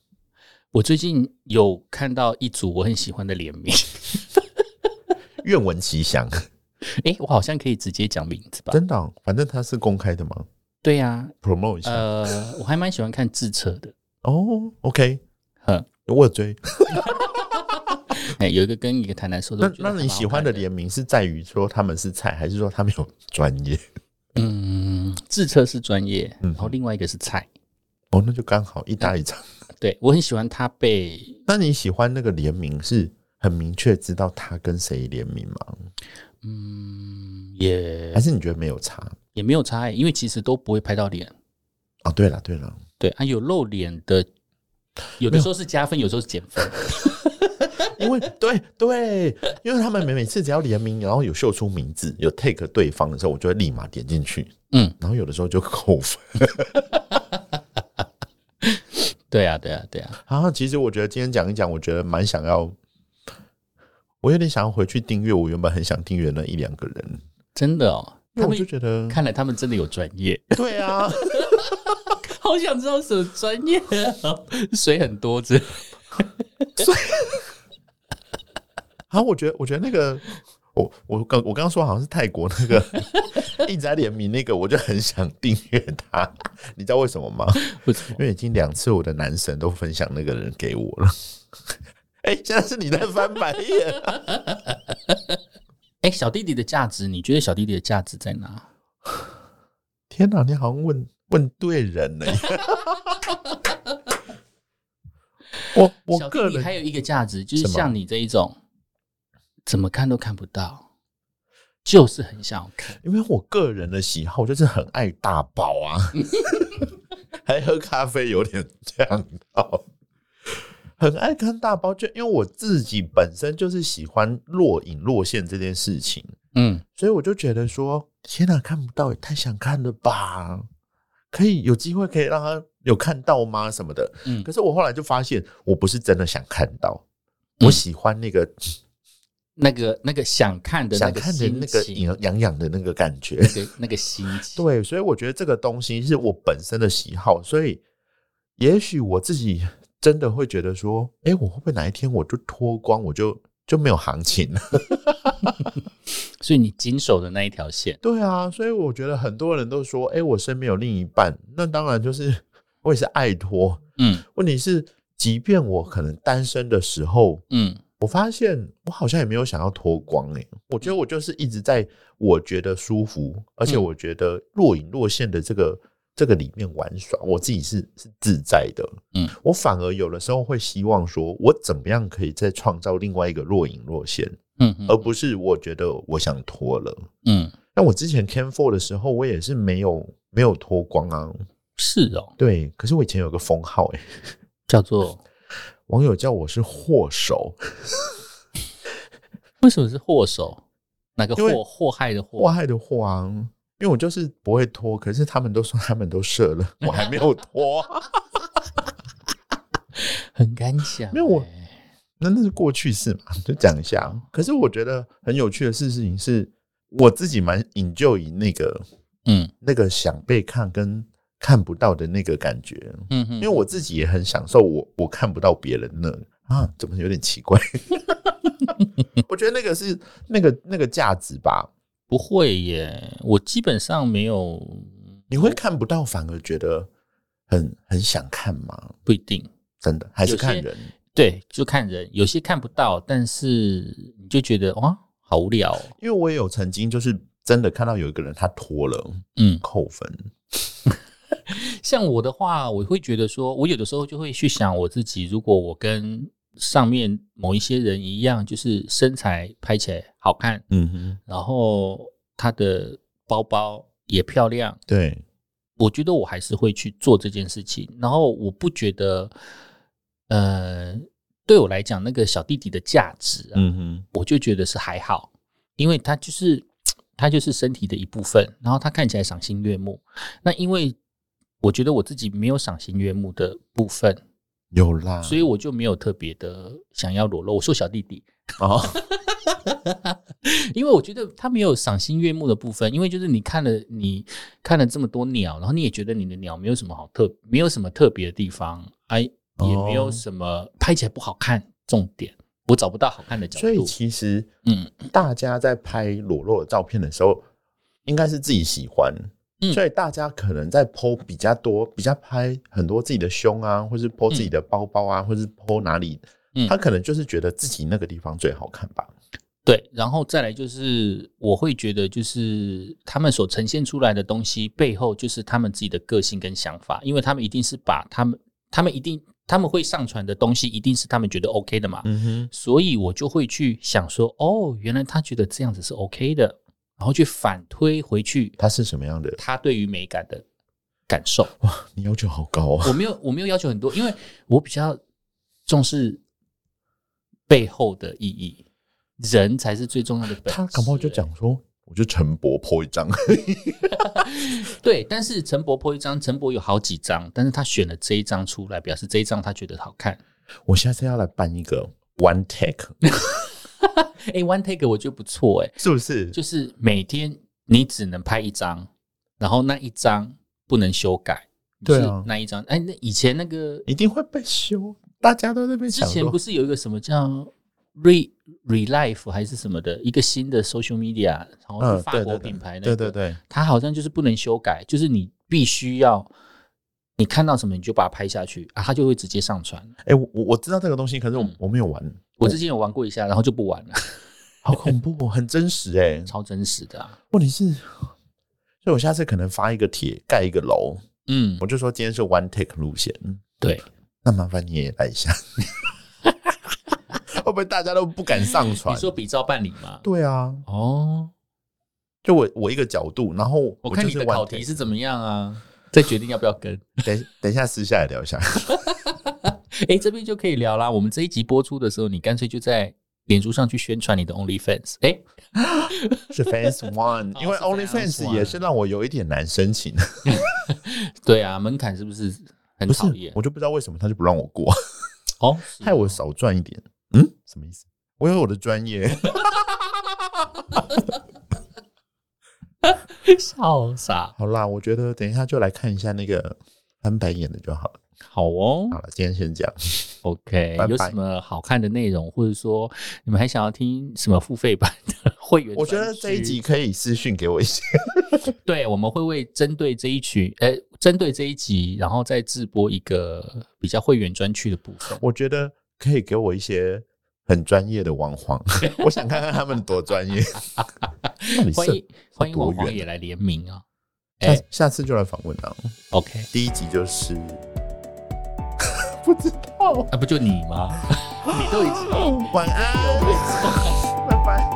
Speaker 2: 我最近有看到一组我很喜欢的联名，
Speaker 1: 愿闻其详，
Speaker 2: 诶，我好像可以直接讲名字吧？
Speaker 1: 真的哦、反正它是公开的嘛
Speaker 2: 对呀、
Speaker 1: ，promote 一下。
Speaker 2: 呃，我还蛮喜欢看自测的，
Speaker 1: 哦，OK，
Speaker 2: 哼，
Speaker 1: 我有追。
Speaker 2: 哎、有一个跟一个台南说的，
Speaker 1: 那
Speaker 2: 我觉得
Speaker 1: 那
Speaker 2: 还
Speaker 1: 你
Speaker 2: 蛮好
Speaker 1: 喜欢的
Speaker 2: 看
Speaker 1: 联名是在于说他们是菜，还是说他们有专业？
Speaker 2: 嗯，自测是专业，
Speaker 1: 嗯
Speaker 2: 然后另外一个是菜，
Speaker 1: 哦，那就刚好一搭一唱。
Speaker 2: 对我很喜欢他被，
Speaker 1: 那你喜欢那个联名是很明确知道他跟谁联名吗？
Speaker 2: 嗯，也
Speaker 1: 还是你觉得没有差？
Speaker 2: 也没有差、欸，因为其实都不会拍到脸，
Speaker 1: 哦，对了对了，
Speaker 2: 对啊，有露脸的，有的时候是加分，有时候是减分，
Speaker 1: 因 为对对，因为他们每每次只要联名，然后有秀出名字，有 take 对方的时候，我就会立马点进去，
Speaker 2: 嗯，
Speaker 1: 然后有的时候就扣分。
Speaker 2: 对啊，对啊，对啊，
Speaker 1: 啊，其实我觉得今天讲一讲，我觉得蛮想要，我有点想要回去订阅我原本很想订阅的那一两个人，
Speaker 2: 真的哦，
Speaker 1: 那
Speaker 2: 他
Speaker 1: 我就
Speaker 2: 们
Speaker 1: 觉得，
Speaker 2: 看来他们真的有专业，
Speaker 1: 对啊，
Speaker 2: 好想知道什么专业、啊， 水很多这，
Speaker 1: 啊，我觉得，我觉得那个，我我刚我刚刚说好像是泰国那个一直在联名那个，我就很想订阅他，你知道为什么吗？
Speaker 2: 不知道
Speaker 1: 因为已经两次我的男神都分享那个人给我了。哎、现在是你在翻白眼啊、
Speaker 2: 哎、小弟弟的价值，你觉得小弟弟的价值在哪？
Speaker 1: 天哪、你好像问问对人了耶。 我我
Speaker 2: 小
Speaker 1: 个
Speaker 2: 弟弟
Speaker 1: 人
Speaker 2: 还有一个价值，就是
Speaker 1: 什么
Speaker 2: 像你这一种，怎么看都看不到，就是很想看。
Speaker 1: 因为我个人的喜好就是很爱大饱 啊，还喝咖啡有点呛到，很爱看大包，就因为我自己本身就是喜欢若隐若现这件事情，
Speaker 2: 嗯，
Speaker 1: 所以我就觉得说，天哪、看不到也太想看了吧？可以有机会可以让他有看到吗？什么的？
Speaker 2: 嗯
Speaker 1: 可是我后来就发现，我不是真的想看到，
Speaker 2: 嗯
Speaker 1: 我喜欢那个
Speaker 2: 那个那个想看的那
Speaker 1: 想
Speaker 2: 个
Speaker 1: 看的
Speaker 2: 心
Speaker 1: 那个
Speaker 2: 情，
Speaker 1: 痒痒痒的那个感觉。
Speaker 2: 那个那 个心情，
Speaker 1: 对，所以我觉得这个东西是我本身的喜好，所以也许我自己 真的会觉得说，哎、我会不会哪一天我就脱光，我就就没有行情了？
Speaker 2: 所以你经手的那一条线，
Speaker 1: 对啊，所以我觉得很多人都 说，哎、我身边有另一半，那当然就是我也是爱脱，
Speaker 2: 嗯，
Speaker 1: 问题是即便我可能单身的时候，
Speaker 2: 嗯
Speaker 1: 我发现我好像也没有想要脱光哎、我觉得我就是一直在我觉得舒服，而且
Speaker 2: 嗯
Speaker 1: 我觉得若隐若现的这个这个里面玩耍，我自己是是自在的。
Speaker 2: 嗯，
Speaker 1: 我反而有的时候会希望说，我怎么样可以再创造另外一个若隐若现，
Speaker 2: 嗯嗯
Speaker 1: 而不是我觉得我想脱了。
Speaker 2: 嗯，
Speaker 1: 那我之前 Can Four 的时候，我也是没有没有脱光啊。
Speaker 2: 是哦，
Speaker 1: 对，可是我以前有个封号哎、
Speaker 2: 叫做
Speaker 1: 网友叫我是祸首，
Speaker 2: 为什么是祸首？哪个
Speaker 1: 因为
Speaker 2: 祸祸害的祸
Speaker 1: 祸？害的祸啊，因为我就是不会脱，可是他们都说他们都射了，我还没 有脱。
Speaker 2: 很敢讲欸，
Speaker 1: 没有我那那是过去式嘛，就讲一下。可是我觉得很有趣的事情是，我自己蛮引咎于那个
Speaker 2: 嗯
Speaker 1: 那个想被看跟看不到的那个感觉，
Speaker 2: 嗯嗯，
Speaker 1: 因为我自己也很享受我我看不到别人那啊，怎么有点奇怪？ 我觉得那个是那个那个价值吧，
Speaker 2: 不会耶，我基本上没有，
Speaker 1: 你会看不到反而觉得很很想看吗？
Speaker 2: 不一定。
Speaker 1: 真的还是
Speaker 2: 有些
Speaker 1: 看人？
Speaker 2: 对，就看人，有些看不到，但是你就觉得哇，好无聊、哦。
Speaker 1: 因为我也有曾经就是真的看到有一个人他脱了
Speaker 2: 嗯，
Speaker 1: 扣分，
Speaker 2: 像我的话，我会觉得说，我有的时候就会去想我自己，如果我跟上面某一些人一样，就是身材拍起来好看，
Speaker 1: 嗯哼，
Speaker 2: 然后他的包包也漂亮，
Speaker 1: 对，
Speaker 2: 我觉得我还是会去做这件事情。然后我不觉得，呃，对我来讲，那个小弟弟的价值啊，
Speaker 1: 嗯哼，
Speaker 2: 我就觉得是还好，因为他就是他就是身体的一部分，然后他看起来赏心悦目。那因为我觉得我自己没有赏心悦目的部分，
Speaker 1: 有啦，
Speaker 2: 所以我就没有特别的想要裸露。我说小弟弟，
Speaker 1: 哦，
Speaker 2: 因为我觉得他没有赏心悦目的部分，因为就是你看了你看了这么多鸟，然后你也觉得你的鸟没有什么好特，没有什么特别的地方，哎，也没有
Speaker 1: 哦
Speaker 2: 什么拍起来不好看。重点，我找不到好看的角
Speaker 1: 所以
Speaker 2: 度。
Speaker 1: 其实
Speaker 2: 嗯
Speaker 1: 大家在拍裸露的照片的时候，应该是自己喜欢。
Speaker 2: 嗯
Speaker 1: 所以大家可能在剖比较多，比较拍很多自己的胸啊，或是剖自己的包包啊，或是剖哪里，
Speaker 2: 嗯
Speaker 1: 他可能就是觉得自己那个地方最好看吧。
Speaker 2: 对，然后再来就是，我会觉得就是他们所呈现出来的东西背后，就是他们自己的个性跟想法，因为他们一定是把他们，他们一定他们会上传的东西，一定是他们觉得 OK 的嘛，
Speaker 1: 嗯哼，
Speaker 2: 所以我就会去想说，哦，原来他觉得这样子是 OK 的，然后去反推回去
Speaker 1: 他是什么样的？
Speaker 2: 他对于美感的感受。
Speaker 1: 你要求好高 哦。
Speaker 2: 我没有我没有要求很多，因为我比较重视背后的意义，人才是最重要的本质。
Speaker 1: 他搞不好就讲说，我就陈伯剖一张，
Speaker 2: 对，但是陈伯破一张，陈伯有好几张，但是他选了这一张出来，表示这一张他觉得好看。
Speaker 1: 我下次要来办一个 one take，
Speaker 2: 哎，one take 我觉得不错，哎，
Speaker 1: 是不是？
Speaker 2: 就是每天你只能拍一张，然后那一张不能修改。
Speaker 1: 对啊
Speaker 2: 就是那一张，哎，那以前那个
Speaker 1: 一定会被修，大家都在那边
Speaker 2: 之
Speaker 1: 想
Speaker 2: 前
Speaker 1: 说
Speaker 2: 不，是有一个什么叫 re re life 还是什么的一个新的 social media，然后
Speaker 1: 嗯
Speaker 2: 是，法
Speaker 1: 对
Speaker 2: 国
Speaker 1: 对
Speaker 2: 品牌那
Speaker 1: 对
Speaker 2: 个，
Speaker 1: 对对，
Speaker 2: 它好像就是不能修改，就是你必须要你看到什么你就把它拍下去啊，它就会直接上传。
Speaker 1: 哎，我我知道这个东西，可是我
Speaker 2: 嗯
Speaker 1: 我没有玩，
Speaker 2: 我之前有玩过一下，然后就不玩了，
Speaker 1: 好恐怖哦，很真实哎。
Speaker 2: 超真实的、啊。
Speaker 1: 问题是，所以我下次可能发一个帖盖一个楼，
Speaker 2: 嗯
Speaker 1: 我，就说今天是 one take 路线，
Speaker 2: 对，
Speaker 1: 那麻烦你也来一下， 会不会大家都不敢上
Speaker 2: 你
Speaker 1: 传？
Speaker 2: 说比照办理吗？
Speaker 1: 对啊，
Speaker 2: 哦，
Speaker 1: 就我我一个角度，然后
Speaker 2: 我看
Speaker 1: 就
Speaker 2: 你
Speaker 1: 是
Speaker 2: 的
Speaker 1: one
Speaker 2: 考
Speaker 1: take
Speaker 2: 题是怎么样啊，再决定要不要 跟。
Speaker 1: 等等一下私下来聊一下。
Speaker 2: 哎，这边就可以聊啦。我们这一集播出的时候，你干脆就在脸书上去宣传你的 OnlyFans。哎，
Speaker 1: 是 Fans One，
Speaker 2: 哦
Speaker 1: 因为
Speaker 2: 是 Fans
Speaker 1: OnlyFans
Speaker 2: One
Speaker 1: 也是让我有一点难申请，
Speaker 2: 对啊，门槛是不是很
Speaker 1: 不是
Speaker 2: 讨厌？
Speaker 1: 我就不知道为什么他就不让我过，
Speaker 2: 哦，
Speaker 1: 害我少赚一点。嗯，什么意思？我有我的专业，
Speaker 2: 笑傻。
Speaker 1: 好啦，我觉得等一下就来看一下那个翻白眼的就好了。
Speaker 2: 好哦
Speaker 1: 好了，今天先这样，
Speaker 2: ，OK，
Speaker 1: 拜拜
Speaker 2: 有什么好看的内容，或者说你们还想要听什么付费版的 会员专区？
Speaker 1: 我觉得这一集可以私讯给我一些。
Speaker 2: 对，我们会为针对这一曲，呃，针对这一集，然后再制播一个比较会员专区的部分。
Speaker 1: 我觉得可以给我一些很专业的网黄， 我想看看他们多专 业。到底是
Speaker 2: 欢迎欢迎
Speaker 1: 多
Speaker 2: 网
Speaker 1: 远
Speaker 2: 黄也来联名啊。
Speaker 1: 下
Speaker 2: 哎
Speaker 1: 下次就来访问啊。
Speaker 2: OK，
Speaker 1: 第一集就是不知道，
Speaker 2: 啊那不就你吗？你都已经。
Speaker 1: 哦晚安，拜拜。